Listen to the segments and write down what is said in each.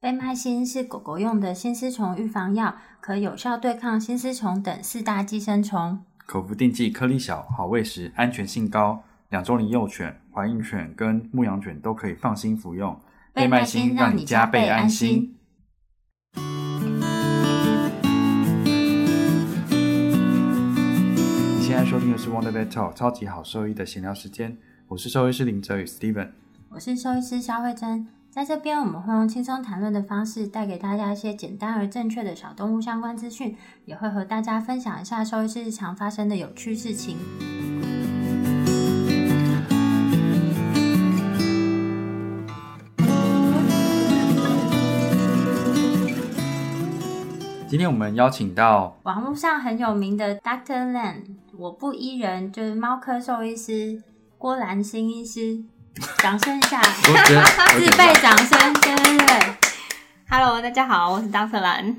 贝麦新是狗狗用的新丝虫预防药，可有效对抗新丝虫等四大寄生虫。口服定剂颗粒小，好喂食，安全性高，两周龄幼犬、怀孕犬跟牧羊犬都可以放心服用。贝麦麦新新让让你你加加倍倍安安心心。你现在收听的是 Wonder Vet Talk 超级好兽医的闲聊时间，我是兽医师林哲宇 Steven。我是兽医师肖慧珍，在这边我们会用轻松谈论的方式，带给大家一些简单而正确的小动物相关资讯，也会和大家分享一下兽医师日常发生的有趣事情。今天我们邀 请到网络上很有名的 Doctor Lan，我不依人，就是猫科兽医师郭兰心医师，掌声一下，我觉得我自觉备得掌声，对对对。Hello，大家好，我是 Doctor 兰。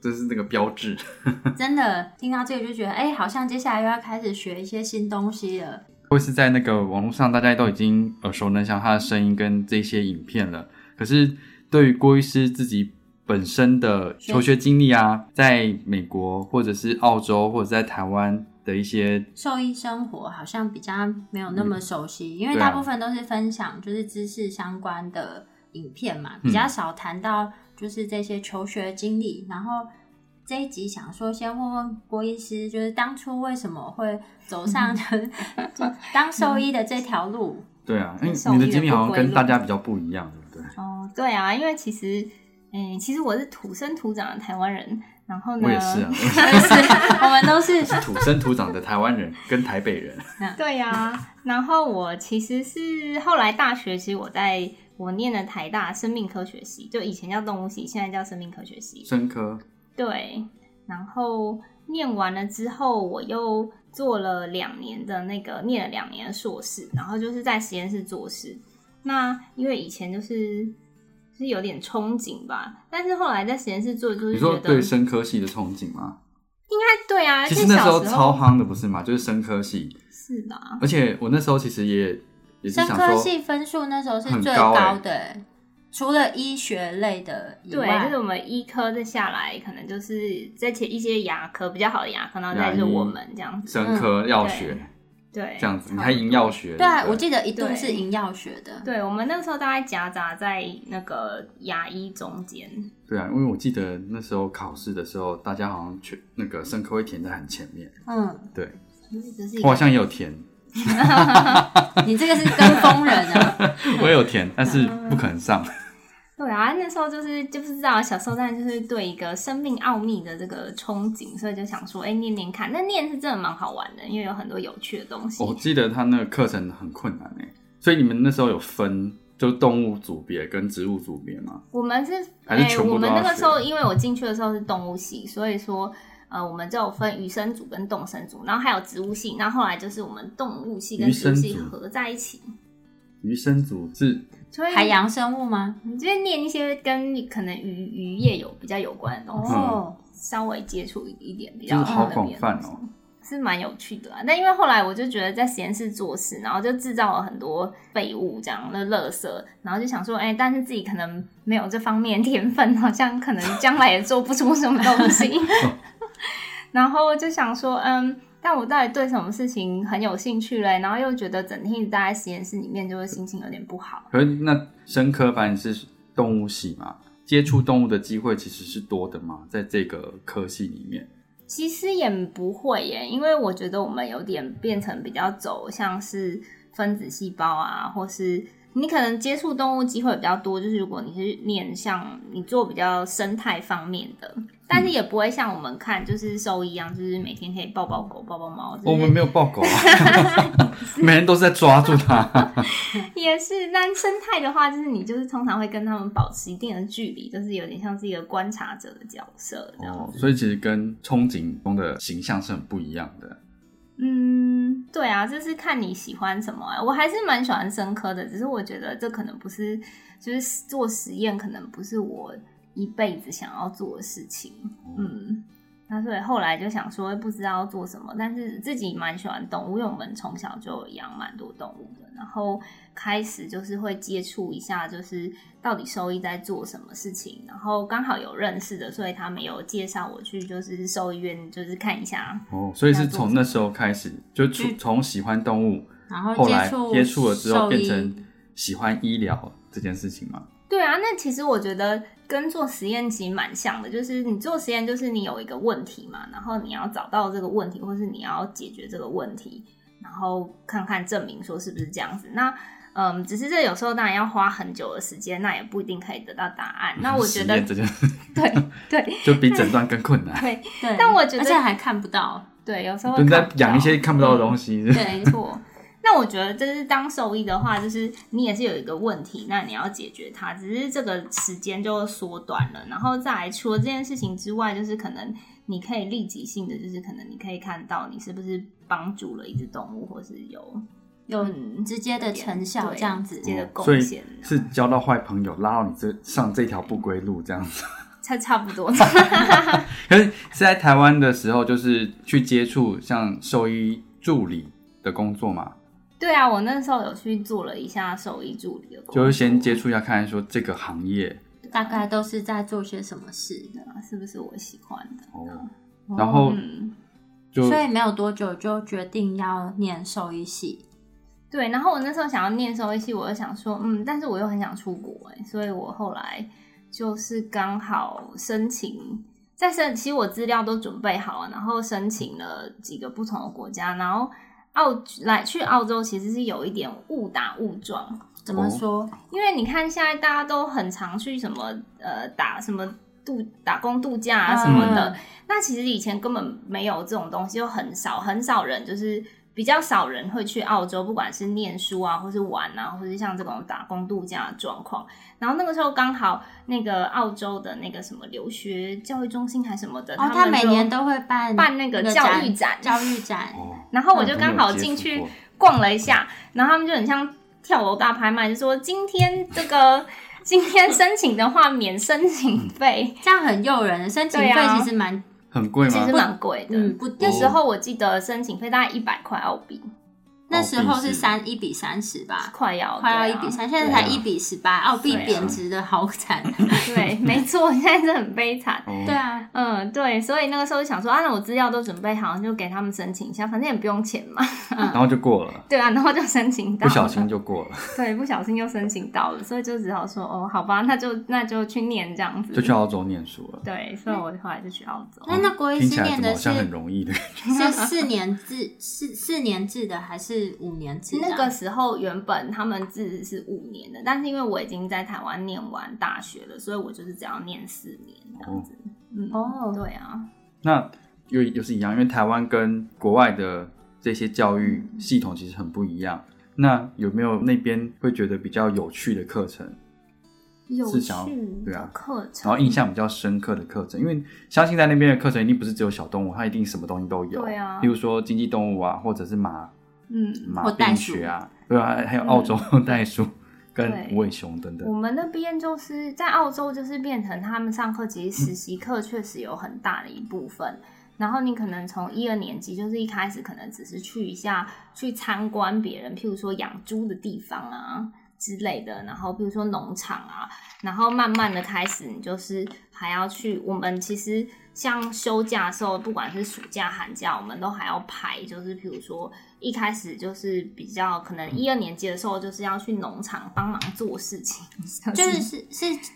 这是那个标志。 真的听到这个就觉得，哎、好像接下来又要开始学一些新东西了。或是在那个网络上，大家都已经耳熟能详他的声音跟这些影片了。可是对于郭医师自己本身的求学经历啊，在美国或者是澳洲或者在台湾的一些，兽医生活好像比较没有那么熟悉，因为对啊大部分都是分享就是知识相关的影片嘛，嗯比较少谈到就是这些求学经历。然后这一集想说先问问郭医师，就是当初为什么会走上 就当兽医的这条 路？对啊，因嗯为受你益的的经历好像不归跟路大家比较不一样，对不对？哦，对啊，因为其实，嗯，其实我是土生土长的台湾人，然后呢，我也是啊，我但是我们都是是土生土长的台湾人跟台北人。对呀、然后我其实是后来大学，其实我在我念的台大生命科学系，就以前叫动物系，现在叫生命科学系。生科对，然后念完了之后，我又做了两年的那个，念了两年的硕士，然后就是在实验室做事。那因为以前就是就是有点憧憬吧，但是后来在实验室做，就是 你觉说得对生科系的憧憬吗？对啊，其而实且那时小候时超夯的，不是吗？就是生科系，是吧？而且我那时候其实也也是生想科说，系分数那时候是很最高欸的、除了医学类的以对，就外是，我们医科再下来，可能就是这些一些牙科比较好的牙科，然后再就是牙医我们这样子。生科药学。对，这样子，你差不多还赢药学？对啊，不我记得一度对是营药学的，对我们那时候大概夹杂在那个牙医中间，对啊，因为我记得那时候考试的时候，大家好像去那个生科会填在很前面。嗯。对，这是一我好个像也有填， 你这个是跟风人 啊！我也有填，但是不可能上。对啊，那时候就是就不知道小时候当然就是对一个生命奥秘的这个憧憬，所以就想说，哎、念念看。那念是真的蛮好玩的，因为有很多有趣的东西。我记得他那个课程很困难哎，所以你们那时候有分就动物组别跟植物组别吗？我们是还是哎全部我们都要那个学时候，因为我进去的时候是动物系，所以说呃，我们就有分鱼生组跟动生组，然后还有植物系，然后后来就是我们动物系跟鱼植物生系组合在一起，鱼生组是所以海洋生物吗？你就会念一些跟可能渔渔业有比较有关的东西，哦，稍微接触一点比就较是好那边广的泛东西哦、是蛮有趣的啊。但因为后来我就觉得在实验室做事，然后就制造了很多废物这样的垃圾，然后就想说，哎、但是自己可能没有这方面天分，好像可能将来也做不出什么 东西。然后就想说，嗯，但我到底对什么事情很有兴趣嘞？然后又觉得整天一直待在实验室里面，就会心情有点不好。可是那生科反正是动物系嘛，接触动物的机会其实是多的嘛，在这个科系里面。其实也不会耶，因为我觉得我们有点变成比较走像是分子细胞啊，或是你可能接触动物机会比较多。就是如果你是念像你做比较生态方面的，但嗯是也不会像我们看就是兽医一样，就是每天可以抱抱狗、抱抱猫。就是我们没有抱狗啊， 每人都是在抓住它。也是，但生态的话，就是你就是通常会跟他们保持一定的距离，就是有点像是一个观察者的角色这样哦，子。所以其实跟憧憬中的形象是很不一样的。嗯，对啊，就是看你喜欢什么啊、我还是蛮喜欢生科的，只是我觉得这可能不是，就哦是做实验可能不是我一辈子想要做的事情。嗯，那所以后来就想说不知道要做什么，但是自己蛮喜欢动物，因为我们从小就养蛮多动物的，然后开始就是会接触一下，就是到底兽医在做什么事情，然后刚好有认识的，所以他们有介绍我去就是兽医院就是看一下，哦，所以是从那时候开始，就从从喜欢动物，然后后来触接接触了之后变成喜欢医疗这件事情嘛。对啊，那其实我觉得跟做实验其实蛮像的，就是你做实验，就是你有一个问题嘛，然后你要找到这个问题，或是你要解决这个问题，然后看看证明说是不是这样子。那嗯，只是这有时候当然要花很久的时间，那也不一定可以得到答案。那我觉 实得验这件事 对对 就比诊断更困难，对对， 但我觉得而且还看不到，对，有时候就会是在看不养一到些看不到的东西。对，啊没 错。那我觉得，就是当兽医的话，就是你也是有一个问题，那你要解决它，只是这个时间就缩短了。然后再来，除了这件事情之外，就是可能你可以立即性的，就是可能你可以看到你是不是帮助了一只动物，或是有有嗯直接的成效对这样子直。接的贡哦所以献，是交到坏朋友，拉到你这上这条不归路这样子。差差不 多。 可是是在台湾的时候，就是去接触像兽医助理的工作嘛，对啊，我那时候有去做了一下兽医助理的工作，就是先接触一下，看看说这个行业大概都是在做些什么事，啊是不是我喜欢的。哦，然后嗯，就所以没有多久就决定要念兽医系，对，然后我那时候想要念兽医系，我就想说，嗯，但是我又很想出国哎、所以我后来就是刚好申请，在申，其实我资料都准备好了，然后申请了几个不同的国家，然后澳来去澳洲其实是有一点误打误撞，怎么哦说？因为你看现在大家都很常去什么呃打什么度打工度假啊什么的，嗯那其实以前根本没有这种东西，就很少很少人就是。比较少人会去澳洲，不管是念书啊，或是玩啊，或是像这种打工度假的状况。然后那个时候刚好那个澳洲的那个什么留学教育中心还什么的，哦，他他们每就年都会办办那个教育展，教育展，哦，然后我就嗯刚好有接触进去过逛了一下，然后他们就很像跳楼大拍卖，就说今天这个 今天申请的话免申请费，这样很诱人。申请对费啊其实蛮很贵其吗哦实？蛮贵的。嗯不低那时候我记得申请费大概一百块澳币，那时候哦是必须三一比三十吧，快要快要对一啊比三，现在才对啊一比十八，澳币对啊贬值的好 惨。对， 没错，现在是很悲惨。哦对啊，嗯，对，所以那个时候就想说啊，那我资料都准备好，就给他们申请一下，反正也不用钱嘛。 然后就过了，对啊，然后就申请到不了，小心就过了，对，不小心又申请到了，所以就只好说哦，好吧，那就那就去念这样子，就去澳洲念书了。对，所以我后来就去澳洲。那那国医听起师来念怎么的好是像很容易的？是四年制，四四年制的还是五年制的啊？那个时候原本他们制是五年的，但是因为我已经在台湾念完大学了，所以我就是只要念四年这样子。嗯，哦对啊， 那又又是一样，因为台湾跟国外的这些教育系统其实很不一样。那有没有那边会觉得比较有趣的课程，有是想要趣对的啊课程，然后印象比较深刻的课程？因为相信在那边的课程一定不是只有小动物，它一定什么东西都有。对啊例如说经济动物啊，或者是马嗯，马或病袋鼠嗯学啊，对啊，还有澳洲袋鼠跟对无尾熊等等我。们那边就是在澳洲，就是变成他们上课其实实习课确实有很大的一部分。然后你可能从一二年级，就是一开始可能只是去一下去参观别人，譬如说养猪的地方啊之类的，然后譬如说农场啊，然后慢慢的开始你就是还要去。我们其实像休假的时候，不管是暑假寒假，我们都还要排，就是譬如说一开始就是比较可能一二年级的时候，就是要去农场帮忙做事情， 就是是是是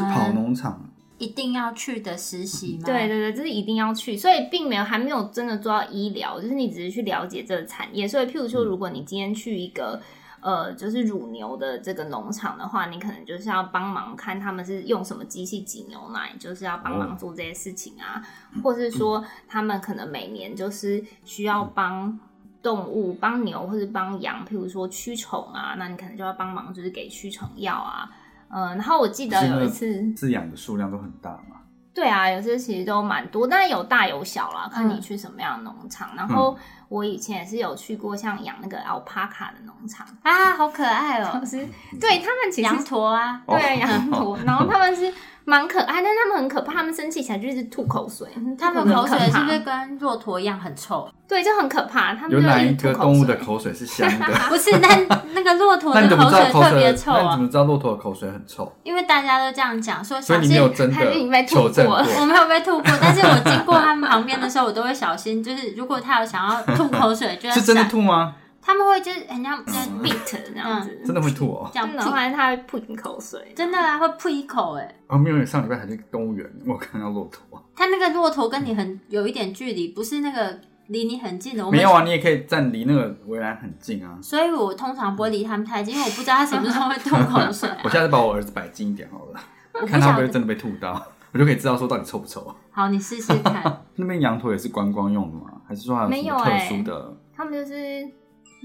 呃跑农场，一定要去的实习吗？对对对，这是一定要去，所以并没有还没有真的做到医疗，就是你只是去了解这个产业。所以，譬如嗯说，如果你今天去一个。呃，就是乳牛的这个农场的话，你可能就是要帮忙看他们是用什么机器挤牛奶，就是要帮哦忙做这些事情啊，或是嗯说他们可能每年就是需要帮动物、帮牛或是帮羊，譬如说驱虫啊，那你可能就要帮忙就是给驱虫药啊，呃，然后我记可得是那有一个次，饲养的数量都很大嘛。对啊，有些其实都蛮多，但有大有小啦，看你嗯去什么样的农场。然后我以前也是有去过像养那个 alpaca 的农场， 啊，好可爱哦、就是对他们其实羊驼啊，哦对羊驼，然后他们是蛮可爱，但他们很可怕，他们生气起来就是吐口水，他们吐嗯口得水很可是怕不是跟骆驼一样很臭？对，就很可怕，他们就有哪一直个吐动物的 口口水是香的？ 不是，但那个骆驼那你的怎么知道水口特水别？臭那你啊怎，么知道骆驼的口水很臭？因为大家都这样讲，说所以像你没是有真还是你的被吐求证过过。我没有被吐过，但是我经过他们旁边的时候，我都会小心，就是如果他有想要吐口水，就要 是真的闪，吐吗？他们会就是很像在水，beat 那样子，真的会吐哦！讲嗯真的，后来他会吐你口水，真的啊，会吐一口哎、啊，没有，上礼拜还去动物园，我有看到骆驼。他那个骆驼跟你很有一点距离，不是那个离你很近的，我们没有啊，你也可以站离那个围栏很近啊。所以我通常不会离他们太近，因为我不知道他什么时候会吐口水、啊 我。下次把我儿子摆近一点好了，我不看他会不会想真的被吐到，我就可以知道说到底臭不臭。好，你试试看。那边羊驼也是观光用的吗？还是说还没什有么特欸殊的他们就是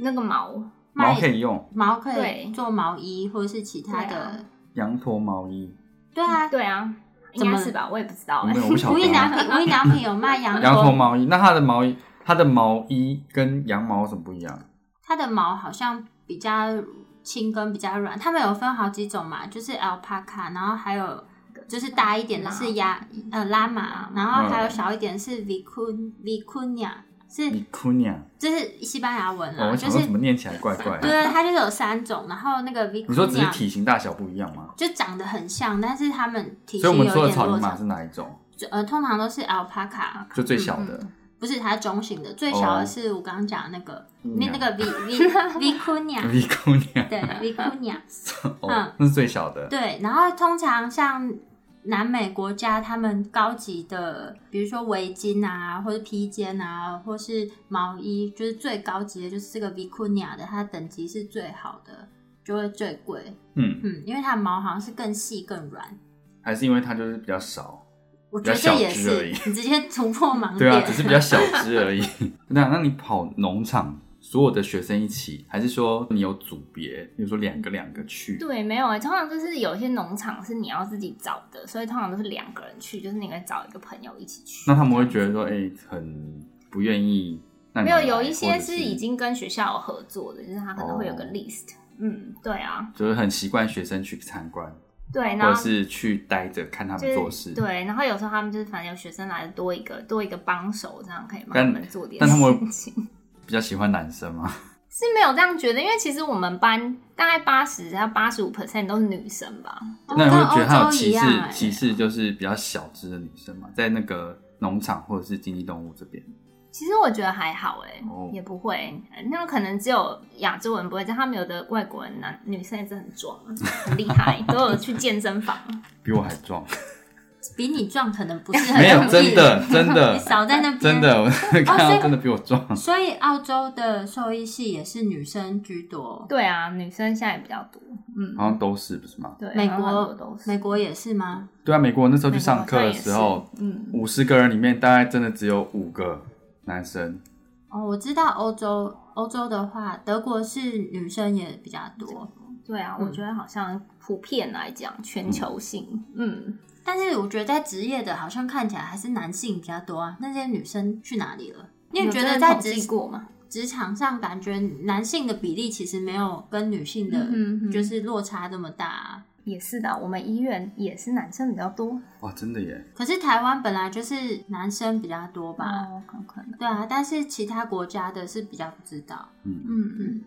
那个毛， 毛卖可以用？毛可以对做毛衣，或者是其他对的啊。羊驼毛衣，对啊，对啊，怎应么该是吧，我也不知道我哎、没有，我不晓无得印良啊。品，无印良品有 卖羊羊驼驼，毛衣，那它的毛衣，它的毛衣跟羊毛有什么不一样？它的毛好像比较轻跟比较软。他们有分好几种嘛，就是 alpaca，然后还有就是大一点的是鸭呃拉玛，然后还有小一点是 vicun vicuña，是米姑娘，这是西班牙文哦，啊，我就想是说怎么念起来怪怪的。对，啊它就是有三种，然后那个 vicuña 你说只是体型大小不一样吗？就长得很像，但是它们体所型以有我们一说的点草落泥马差是。哪一种？就呃，通常都是 alpaca，就最小的嗯不是它中型的，最哦小的是我刚刚讲的那个，嗯那那个 v v vicuña，米姑娘，对 vicuña，哦，那是最小的。对。然后通常像南美国家，他们高级的，比如说围巾啊，或者披肩啊，或是毛衣，就是最高级的，就是这个 vicuña 的，它等级是最好的，就会最贵。嗯，嗯，因为它的毛好像是更细更软。还是因为它就是比较少。我觉得比较这小也只而是已你直接突破盲对点，啊，只是比较小只而已。 那那你跑农场，所有的学生一起，还是说你有组别，比如说两个两个去？对，没有哎、通常就是有一些农场是你要自己找的，所以通常都是两个人去，就是你可以找一个朋友一起去。那他们会觉得说，哎、很不愿意。那你没有，来有一些啊或者是是已经跟学校有合作的，就是他可能会有个哦 list。嗯，对啊，就是很习惯学生去参观，对，或然者后。是去待着看他们就做是事。，对，然后有时候他们就是反正有学生来多一个多一个帮手，这样可以帮但他们做点但他们事情。 比较喜欢男生嘛。是没有这样觉得，因为其实我们班大概八十到八十五 percent 都是女生吧。哦那你会跟觉得他有欧洲一歧视样欸？歧视就是比较小只的女生嘛，在那个农场或者是经济动物这边。其实我觉得还好哎、哦也不会。那们可能只有亚洲人不会，但他们有的外国人男女生也是很壮，啊 很厉害，都有去健身房。比我还壮，比你壮可能不 是很没有容易 真，的真你的少在那边哦真。的，我 看所到以真的比我壮。所以澳洲的兽医系也是女生居多，对啊，女生现在也比较多。嗯，好像都是不是吗？对，美好像很多国都是美国也是吗？对啊，美国那时候美去国上好课像的也时候，是嗯，五十个人里面大概真的只有五个男生，哦，我知道欧洲欧洲的话，德国是女生也比较多，对啊，嗯我觉得好像普遍来讲，全球性，嗯，但是我觉得在职业的，好像看起来还是男性比较多啊。那些女生去哪里了？你有觉得在有这个统职计过吗？职场上，感觉男性的比例其实没有跟女性的，嗯哼就是落差这么大、啊。也是的，我们医院也是男生比较多哇，真的耶！可是台湾本来就是男生比较多吧？哦，有可能。对啊，但是其他国家的是比较不知道。嗯，嗯，嗯，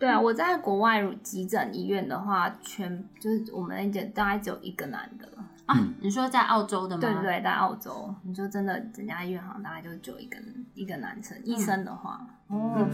对啊，我在国外急诊医院的话，全就是我们那间大概只有一个男的，啊，嗯你说在澳洲的吗？对不对？在澳洲，你就真的整家医院好像大概就只有一个一个男生，医生的话，哦，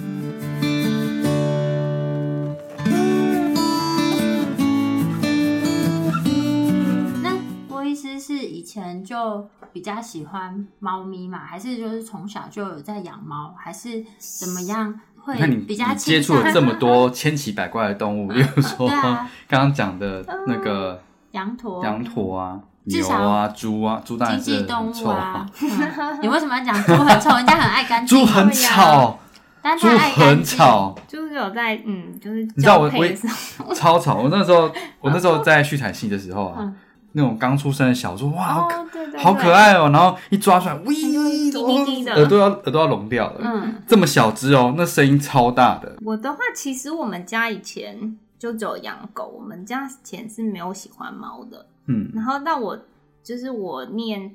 那郭医师是以前就比较喜欢猫咪嘛，还是就是从小就有在养猫，还是怎么样会你看你比较你接倾触了向这么多千奇百怪的 动物，例如说对啊刚刚讲的那个羊驼、羊驼啊、哦至牛少啊、猪啊，猪当经然是济动很物臭 啊？嗯你为什么要讲猪很臭？人家很爱干净，啊猪很呀吵，但猪他爱干很净。 吵，就是有在嗯，就是你知道我交配的 时候超吵！我那时候，我那时嗯候在续产系的时候啊，那种刚出生的小猪，哇，好可哦，对对对，好可爱哦！然后一抓出来，喂，滴滴滴的耳朵要耳朵要聋掉了。嗯，这么小只哦，那声音超大的。嗯我的话，其实我们家以前就只有养狗，我们家以前是没有喜欢猫的，嗯，然后到我就是我念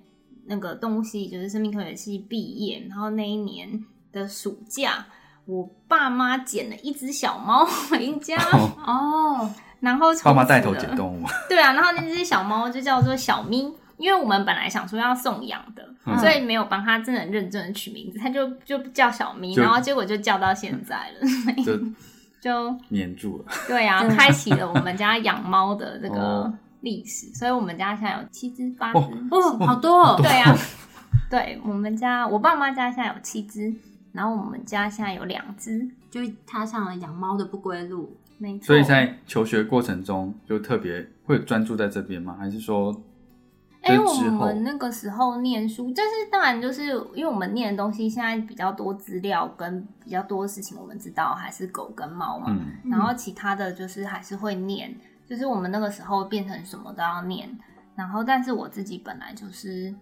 那个动物系，就是生命科学系毕业，然后那一年的暑假，我爸妈捡了一只小猫回家，哦哦，然后爸妈从此带头了捡动 物，对啊，然后那只小猫就叫做小咪，因为我们本来想说要送养的，嗯所以没有帮它真的认真的取名字，它就就叫小咪，就嗯然后结果就叫到现在了，就 就黏住了。对啊，对开启了我们家养猫的这个哦历史，所以我们家现在有七只八只，哦哦，好多哦，对啊，对我们家我爸妈家现在有七只，然后我们家现在有两只，就踏上了养猫的不归路。没错，所以在求学过程中，就特别会专注在这边吗？还是说，哎、就我是之后们那个时候念书，但是当然就是因为我们念的东西现在比较多资料跟比较多事情，我们知道还是狗跟猫嘛，嗯，然后其他的就是还是会念，就是我们那个时候变成什么都要念，然后但是我自己本来就是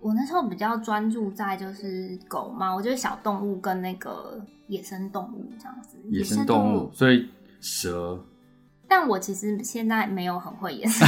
我那时候比较专注在就是狗猫，就是小动物跟那个野生动物这样子，野生生动动物，物所以蛇、 但我其实现在没有很会野生。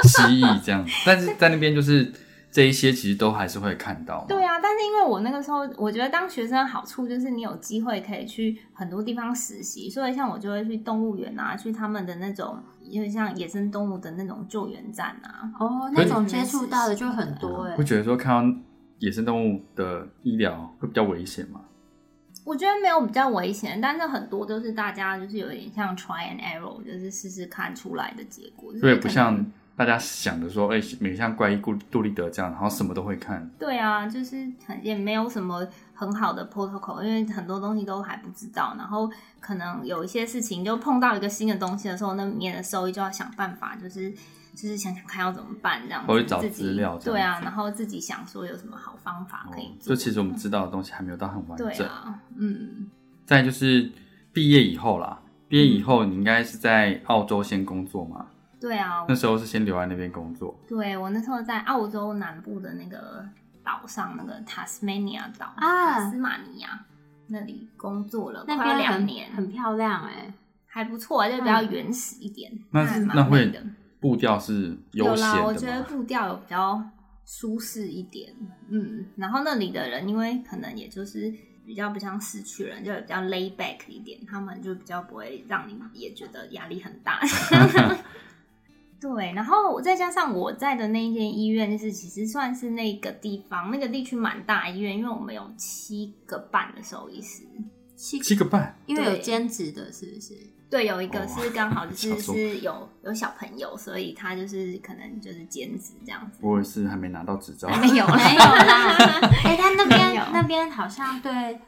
蜥蜴这样，但是在那边就是这一些其实都还是会看到嘛。对啊，但是因为我那个时候，我觉得当学生的好处就是你有机会可以去很多地方实习，所以像我就会去动物园啊，去他们的那种，因为像野生动物的那种救援站啊。哦，可那是种接触到的就很多哎啊会，觉得说看到野生动物的医疗会比较危险嘛？我觉得没有比较危险，但是很多都是大家就是有点像 try and error，就是试试看出来的结果。就是所以可不能像大家想的说，哎、每像怪医顾杜立德这样，然后什么都会看。对啊，就是很也没有什么很好的 protocol，因为很多东西都还不知道，然后可能有一些事情就碰到一个新的东西的时候，那里面的兽医就要想办法，就是就是想想看要怎么办，这样子或者找自己资料这样对啊，子然后自己想说有什么好方法哦可以就做，其实我们知道的东西还没有到很完对整。啊，嗯，再就是毕业以后啦，毕业以后你应该是在澳洲先工作嘛？对啊，那时候是先留在那边工作，对我那时候在澳洲南部的那个岛上，那个 Tasmania 岛啊塔斯马尼亚那里工作了那快要边两很年，很漂亮哎，还不错啊，就比较原始一点。那还是蛮那美会的步调是悠有闲啦，我觉的得嘛？步调有比较舒适一点。嗯，然后那里的人，因为可能也就是比较不像市区人，就比较 lay back 一点，他们就比较不会让你也觉得压力很 大。 对，然后我再加上我在的那一间医院，就是其实算是那个地方那个地区蛮大医院，因为我们有七个半的兽医师，七七个半，因为有对兼职的，是不是？对，有一个哦是 刚好就想是说是有有小朋友，所以他就是可能就是兼职这样子。我也是还没拿到执照。还没有啦，没有啦 哎、但那没有边那边好像对，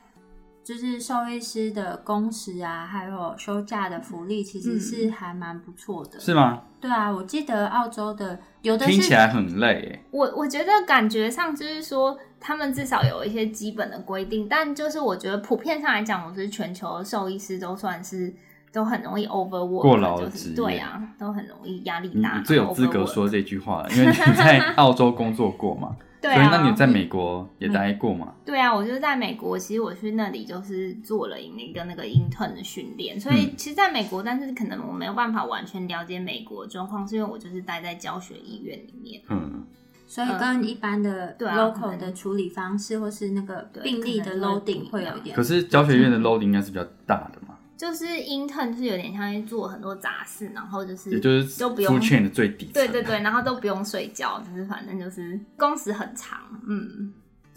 就是兽医师的工时啊，还有休假的福利，其实是还蛮不错的。是吗？对啊，我记得澳洲的有的听起是来很累耶， 我我觉得感觉上就是说，他们至少有一些基本的规定，但就是我觉得普遍上来讲，我觉得全球的兽医师都算是都很容易 overwork 过劳的就是职业对啊，都很容易压力你大。你最有资格 overwork 说这句话了，因为你 在澳洲工作过嘛，对所以啊，那你在美国也待过嘛？对啊，我就是在美国，其实我去那里就是做了一个那个 intern 的训练，所以嗯其实在美国，但是可能我没有办法完全了解美国的状况，是因为我就是待在教学医院里面。嗯，所以跟一般的对啊可 local 能的处理方式，或是那个对病例可的能就会不 loading 一会样有一点可。是教学院的 load 应该是比较大的嘛，就是 intern 是有点像是做很多杂事，然后就是也就是嗯都不用 food chain 的最底层，啊对对，对，然后都不用睡觉，就是反正就是工时很长，嗯，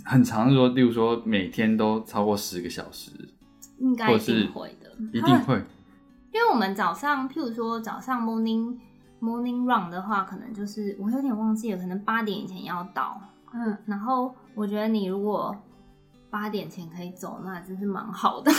很长的说，例如说每天都超过十个小时，应该或一者是定会的，一定会因为我们早上，譬如说早上 morning morning run 的话，可能就是我有点忘记了，可能八点以前要到，嗯，然后我觉得你如果八点前可以走，那真是蛮好的。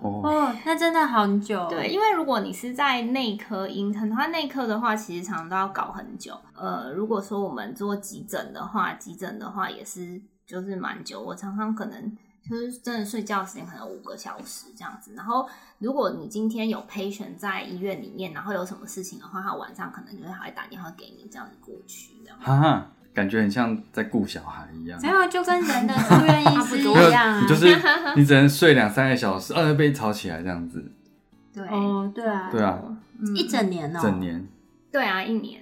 哦，哦，那真的好久。 哦对，，因为如果你是在内科 intern，它内科的话，其实常常都要搞很久。呃，如果说我们做急诊的话，急诊的话也是就是蛮久。我常常可能就是真的睡觉时间可能五个小时这样子。然后如果你今天有 patient 在医院里面，然后有什么事情的话，他晚上可能就会还会打电话给你，这样子过去这样。哈哈，感觉很像在顾小孩一样没。有就跟人 的住院医师不多一样你啊就。是 你只能睡两三个小时，呃，被吵起来这样子，对，哦，对啊，对啊，嗯一整年哦，整年对啊，一年。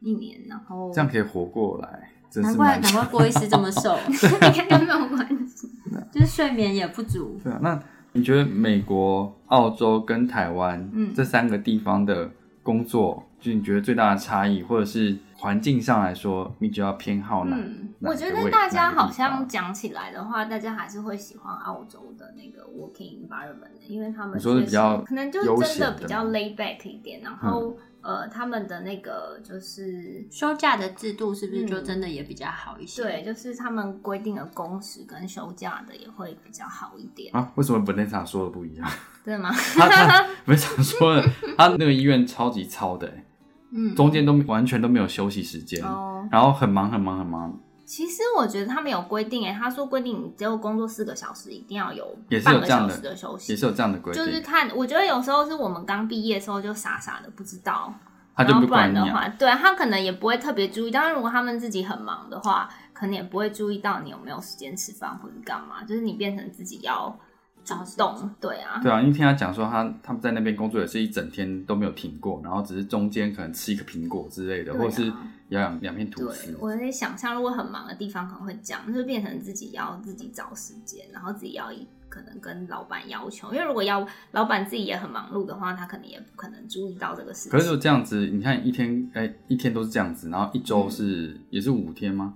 一年，然后这样可以活过来，真难是怪蛮难怪郭医师这么瘦，应该没有关系。就是睡眠也不足。 对啊。那你觉得美国、澳洲跟台湾、嗯这三个地方的工作，就你觉得最大的差异，或者是环境上来说，你比较偏好哪？嗯，哪我觉个得位大家哪个地好像方讲起来的话，大家还是会喜欢澳洲的那个 working environment，的因为他们你说的确实比较可能就悠是真的闲的嗯比较吗 lay back 一点，然后、呃，他们的那个就是休假的制度是不是就嗯真的也比较好一些？对，，就是他们规定的工时跟休假的也会比较好一点，啊，为什么 Vanessa 说的不 一样？真的吗？他他 Vanessa 说的，他那个医院超级超的、欸，嗯，中间都完全都没有休息时间，哦，然后很忙很忙很忙，其实我觉得他们有规定诶、欸他说规定你只有工作四个小时，一定要有也是有半个这样小的时的休息，也是有这样的规定，就是看，我觉得有时候是我们刚毕业的时候就傻傻的不知道，他就然后不不管然你的啊。话，对他可能也不会特别注意。当然，如果他们自己很忙的话，可能也不会注意到你有没有时间吃饭或者干嘛。就是你变成自己要主找事动，对啊，对啊，因为听他讲说他他们在那边工作也是一整天都没有停过，然后只是中间可能吃一个苹果之类的，对啊或者是咬两两片吐司对，。我在想象，如果很忙的地方可能会这样，就变成自己要自己找时间，然后自己要可能跟老板要求，因为如果要老板自己也很忙碌的话，他可能也不可能注意到这个事情。可是就这样子，你看一天，哎、一天都是这样子，然后一周嗯是、也是五天吗？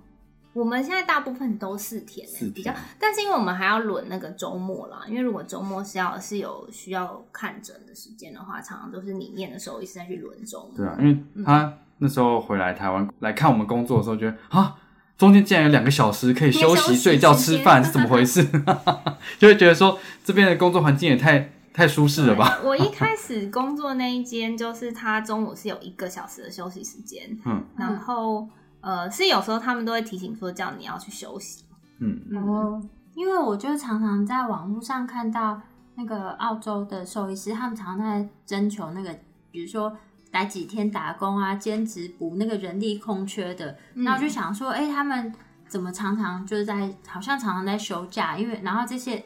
我们现在大部分都四天、欸，四比较天，但是因为我们还要轮那个周末啦，因为如果周末是要是有需要看诊的时间的话，常常都是你念的时候一直在去轮周末。对啊，因嗯为他那时候回来台湾来看我们工作的时候，觉得啊，中间竟然有两个小时可以休可以休息、息睡觉、吃饭，是怎么回事？ 就会觉得说这边的工作环境也太太舒适了吧？我一开始工作那一间，就是他中午是有一个小时的休息时间，嗯然后呃是有时候他们都会提醒说叫你要去休息。嗯，嗯，哦，因为我就常常在网络上看到那个澳洲的兽医师，他们常常在征求那个，比如说来几天打工啊，兼职补那个人力空缺的。嗯然后我就想说，哎、他们怎么常常就是在好像常常在休假？因为然后这些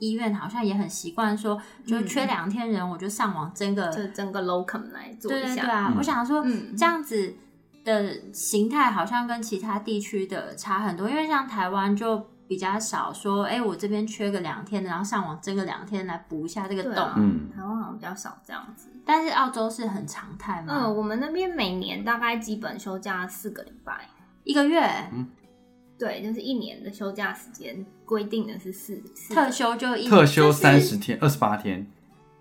医院好像也很习惯说，就嗯缺两天人，我就上网征个就整个 locum 来做对一对对下。啊！嗯我想说，嗯这样子的形态好像跟其他地区的差很多，因为像台湾就比较少说，哎、我这边缺个两天的，然后上网争个两天来补一下这个对洞。啊，嗯台湾好像比较少这样子。但是澳洲是很常态嘛，嗯，我们那边每年大概基本休假四个礼拜，一个月对，就是一年的休假时间规定的是四四个特，休就一特休就是三十天、二十八天，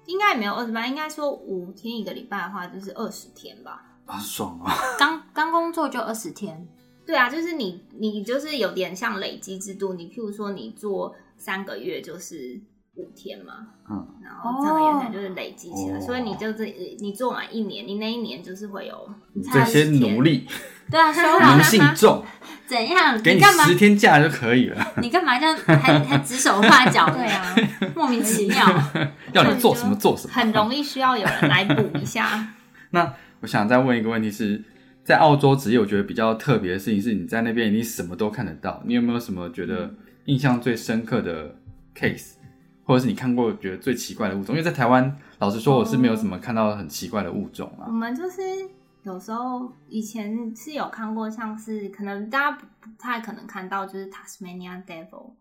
应该也没有二十八，应该说五天一个礼拜的话就是二十天吧。好、爽啊！刚刚工作就二十天，对啊，就是你你就是有点像累积制度，你譬如说你做三个月就是五天嘛，嗯，然后三个月哦才就是累积起来，哦所以你就是你做完一年，你那一年就是会有你差这不多些10天 奴隶对啊，休奴了性重， 怎样？给你你干嘛？十天假就可以了， 你干嘛这样还还指手画脚的对啊，莫名其 妙。要你做什么做什么，很容易需要有人来补一下。那我想再问一个问题是，在澳洲职业，我觉得比较特别的事情是，你在那边你什么都看得到。你有没有什么觉嗯得印象最深刻的 case，或者是你看过觉得最奇怪的物种？因为在台湾，老实说，我是没哦有什么看到很奇怪的物种我啊。们就是有时候以前是有看过，像是可能大家不不太可能看到，就是 Tasmania Devil，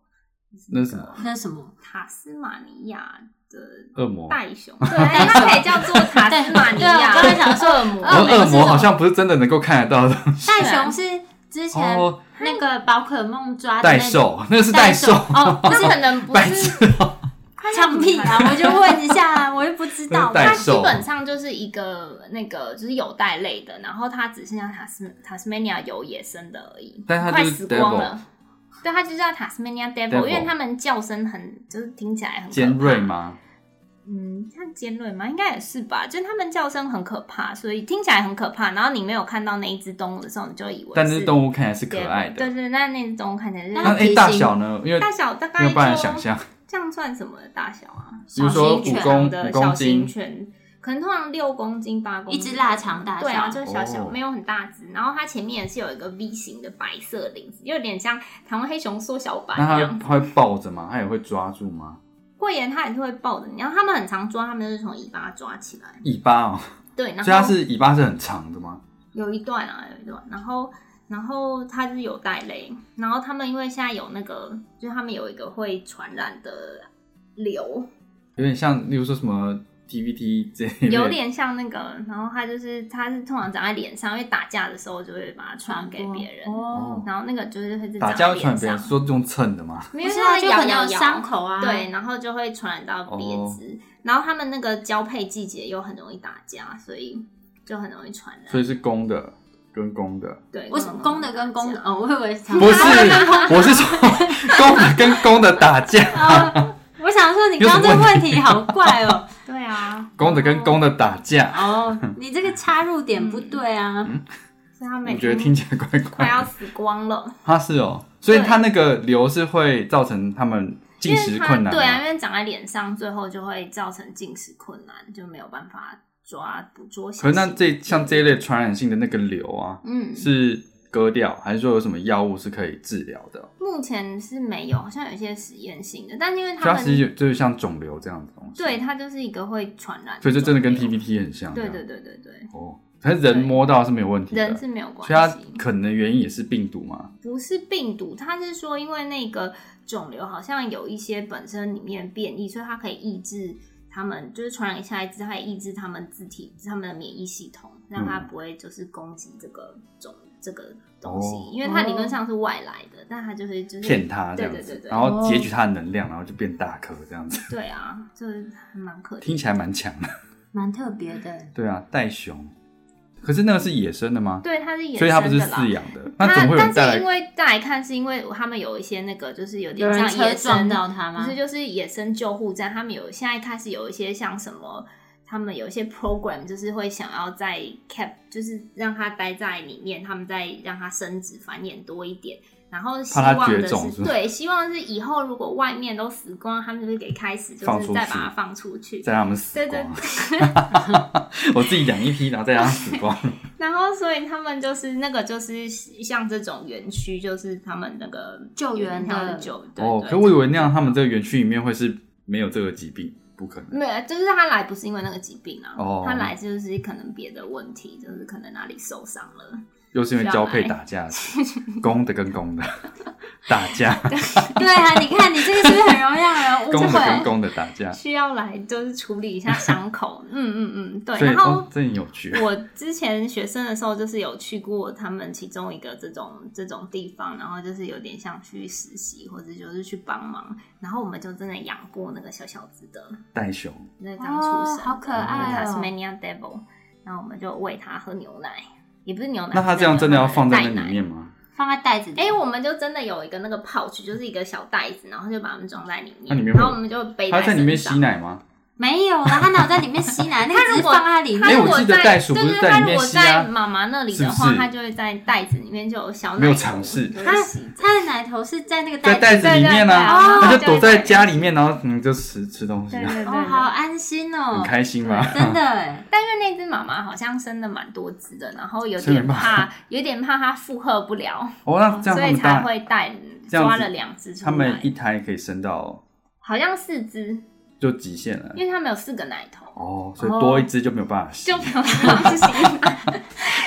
就是那个是什么那什么，塔斯马尼亚的恶魔，袋熊， 对，它可以叫做塔斯马尼亚。对对我刚才想说恶魔，我说恶魔哦恶是魔什么好像不是真的能够看得 到的东西。袋啊熊是之前哦，那个宝可梦抓的代那个售，那是代售， 哦，那可能不白是痴哦、唱屁啊！我就问一下啊，我又不知道。代它它基售本上就是一个那个就是有袋类的，然后它只剩下塔斯塔斯曼尼亚有野生的而已，但它快就是死光 devil 了。对，它就叫塔斯曼尼亚 devil， devil 因为它们叫声很就是听起来很可怕尖锐？吗？嗯，像尖锐吗？应该也是吧，就是它们叫声很可怕，所以听起来很可怕。然后你没有看到那一只动物的时候，你就以为但是是动物看起来是可 devil 爱对的。对，那那只动物看起来就是那它哎、体大型小呢？因为大小大概没有办法就想象。这样算什么的大小啊？ 比如说小型犬五公的五公小型斤犬，可能通常六公斤、八公斤，一只腊肠大对啊，小就是小小，哦没有很大只。然后它前面也是有一个 V 型的白色领子，有点像台湾黑熊缩小版那一它样。它会抱着吗？它也会抓住吗？会员它也是会抱的，然后他们很常抓，他们就是从尾巴抓起来。尾巴哦，对，然所以它后是尾巴是很长的吗？有一段啊，有一段，然后然后他就是有带泪，然后他们因为现在有那个，就是他们有一个会传染的瘤，有点像，例如说什么 TVT 这一类有点像那个，然后他就是他是通常长在脸上，因为打架的时候就会把它传给别人，哦，哦，然后那个就是会是打长架在会传脸别人，上说用蹭的嘛，没不有是它啊，会就可咬能咬有咬伤口啊，对，，然后就会传染到别哦枝，然后他们那个交配季节又很容易打架，所以就很容易传染。所以是公的跟公的，对，为什么公的跟公的打？架哦，我以 为不是， 我是说公的跟公的打架，哦， 我想说你刚刚这个问题好怪 哦，对啊，公的跟公的打架，哦，你这个插入点不对啊，嗯所以他们我已觉得经听起来怪快怪要的。死光了，他是哦，所以他那个瘤是会造成他们 进因食为它困难吗，对啊，因为长在脸上，最后就会造成进食困难，就没有办法抓捕捉细可菌。是那这像这一类传染性的那个瘤啊，嗯，是割掉，还是说有什么药物是可以治疗的？目前是没有，好像有一些实验性的，但是因为所他以它其实们有就是像肿瘤这样的东西。对，它就是一个会传染，所以这真的跟 TVT 很像。对这对样对对对，哦，可是人摸到是没有问题的，人是没有关所以它系。可能的原因也是病毒嘛。不是病毒，它是说因为那个肿瘤好像有一些本身里面变异，所以它可以抑制他们，就是传染下来之后，它也抑制他们自体、他们的免疫系统，让它不会就是攻击这个肿这个东西，哦因为它理论上是外来的，但它就是就是骗他这样子，对对对对然后截取他的能量，然后就变大颗这样子，对啊，就是还蛮可听怜。起来蛮强的。蛮特别的。对啊，袋熊，可是那个是野生的吗？对，它是野所生以它不是的啦饲。养的，那怎它么会有人带但是因来？为带来看，是因为他们有一些那个，就是有有点人像车野撞生到他吗不 是，？就是野生救护站，他们有现在开始有一些像什么，他们有一些 program，就是会想要在 cap，就是让它待在里面，他们再让它生殖繁衍多一点。然后希怕它望绝的种是，是吗对，希望是以后如果外面都死光，他们就给开始就放是出再去把它放出去。再让他们死对对光， 我自己养一批，然后再让它死 光。然后所以他们就是那个就是像这种园区，就是他们那个救援有点像的是救对哦，对可我以为那样他们这个园区里面会是没有这个疾病，不可能。没有，就是他来不是因为那个疾病啊，哦他来就是可能别的问题，就是可能哪里受伤了。又是因为交配打架，公的跟公的 打架，对啊，你看你这个是不是很容易让人误公的啊跟会？公的打架，需要来就是处理一下伤口， 嗯嗯嗯，对。所以然哦后，这很有趣。我之前学生的时候，就是有去过他们其中一个这种这种地方，然后就是有点像去实习或者就是去帮忙，然后我们就真的养过那个小小只的，袋熊，那刚出生的、哦好可爱哦 Tasmania Devil，然后我们就喂它喝牛奶，也不是牛奶，那它是这样真的要放在奶那里面吗？放在袋子里。哎、我们就真的有一个那个 pouch，就是一个小袋子，然后就把它们装在里面，那里面会然后我们就背它在在里面身吸上。奶吗？没有啦，他哪有在里面吸 奶？那个只是如果放在里它哎面如我。果记得在袋鼠不对是对，在它里如面果吸啊在妈妈那里是的不话，是它就会在袋子里面就有小奶头啊没有尝试就它会吸着他的奶头是在那个在袋袋子里面啊，对对对哦它就躲在家里面，然后嗯就吃吃东西对啊，对对对哦，好安心很哦，开心嘛。真的哎，但因为那只妈妈好像生的蛮多只的，然后有生得点蛮怕，有点怕它负荷不了，哦，那这样所他以们才大，会带这样抓子了两只出他来。们一胎可以生到好像四只，就极限了。因为他们有四个奶头，哦，所以多一只就没有办法吸就，没有办法去吸奶，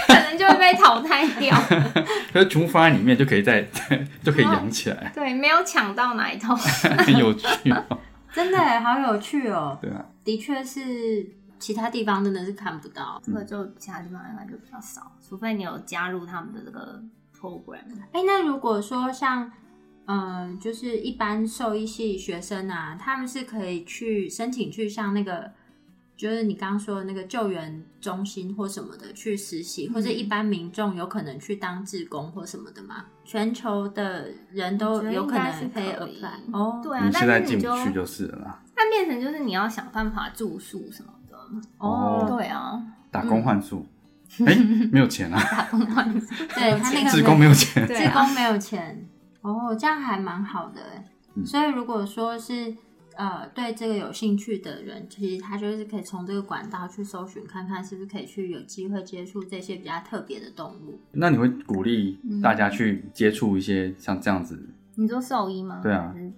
可能就会被淘汰 掉。可是全部放在 里面就可以再就可以养起来，对，没有抢到奶 头。很有趣哦。 真的哎，好有趣哦。对啊，的确是，其他地方真的是看不到。这个就其他地方应该就比较少，除非你有加入他们的这个 program。哎、那如果说像，嗯、就是一般兽医系学生啊，他们是可以去申请去像那个，就是你刚刚说的那个救援中心或什么的去实习，嗯或者一般民众有可能去当志工或什么的吗？全球的人我都觉得有应可该能是可以可以 apply 哦。对啊你，现在但是进你不就去就是了啦，但变成就是你要想办法住宿什么的。哦对啊，打工换宿，嗯哎，没有钱啊， 打工换宿对他那个志工没有钱，对志啊，工没有钱哦，这样还蛮好的哎、嗯所以如果说是呃对这个有兴趣的人，其实他就是可以从这个管道去搜寻，看看是不是可以去有机会接触这些比较特别的动物。那你会鼓励大家去接触一些像这样子你做兽医吗？对啊还是。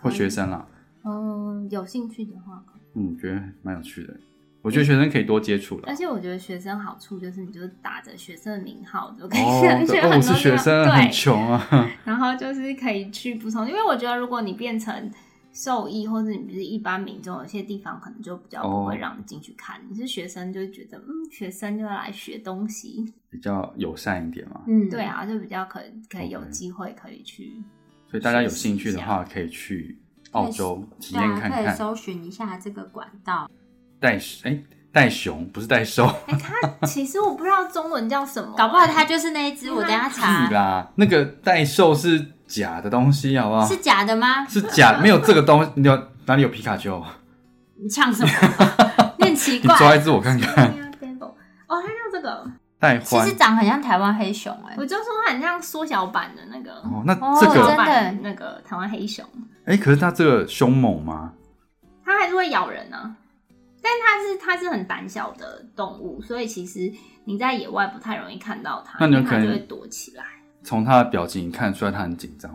或学生啦，啊嗯，有兴趣的话，嗯，觉得蛮有趣的。我觉得学生可以多接触了而。且我觉得学生好处就是，你就打着 学生的名号就可以哦，上去对很多地方、哦，我是学生，很对，穷 啊。然后就是可以去不同，因为我觉得如果你变成兽医或者你不是一般民众，有些地方可能就比较不哦会让你进去看。你是学生，就会觉得嗯，学生就来学东西，比较友善一点嘛。嗯，对，啊，就比较可可以有 OK 机会可以去。所以大家有兴趣的话，可以去澳洲体对验啊，看可以看。搜寻一下这个管道。带哎带熊不是带兽，哎、它其实我不知道中文叫什么，搞不好它就是那一只，嗯我等一下屁查啦，那个带兽是假的东西，好不好啊是？假的吗？是假，没有这个东西。你有哪里有皮卡丘？你呛 什么？你很奇你怪，抓一只我看看。哦，它叫这个，带其欢实长很像台湾黑熊哎、我就说它很像缩小版的那个，哦，那哦这缩个小版真那个台湾黑熊，哎，可是它这个凶猛吗？它还是会咬人啊。但它是它是很胆小的动物，所以其实你在野外不太容易看到它，那你有因为它可能就会躲起来。从它的表情看出来它很紧张。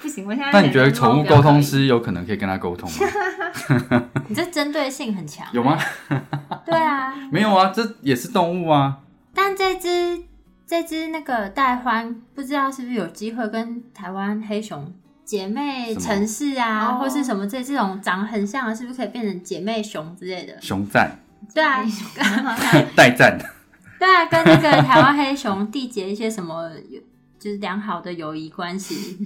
不行，我现在那你觉得连宠猫物不要沟通可以师有可能可以跟它沟 通吗？你这针对性很强，有吗？对啊，没有啊，这也是动物啊。但这只这只那个带欢，不知道是不是有机会跟台湾黑熊姐妹什么城市啊，哦或是什么这这种长很像的，是不是可以变成姐妹熊之类的？熊赞，对啊，带赞。对啊，跟那个台湾黑熊缔结一些什么，就是良好的友谊关系，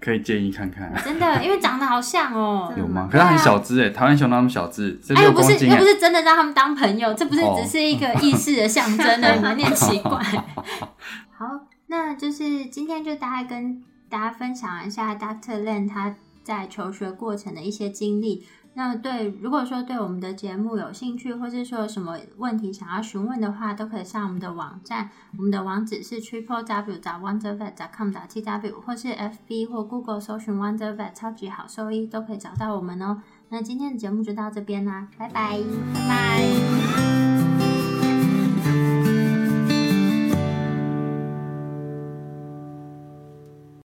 可以建议看看。真的，因为长得好像哦、真有的吗吗？可是它很小只哎、台湾熊那么小只，这哎，又六不公是斤又哎、不是真的让他们当朋友，这不是哦只是一个意识的象征啊而已吗？你很奇怪。 好，那就是今天就大概跟大家分享一下 Dr. Len 他在求学过程的一些经历。那对，如果说对我们的节目有兴趣，或是说有什么问题想要询问的话，都可以上我们的网站，我们的网址是 triple w wondervet com t w 或是 FB 或 Google 搜寻 wondervet 超级好兽医，都可以找到我们哦。那今天的节目就到这边啦，拜拜，拜拜。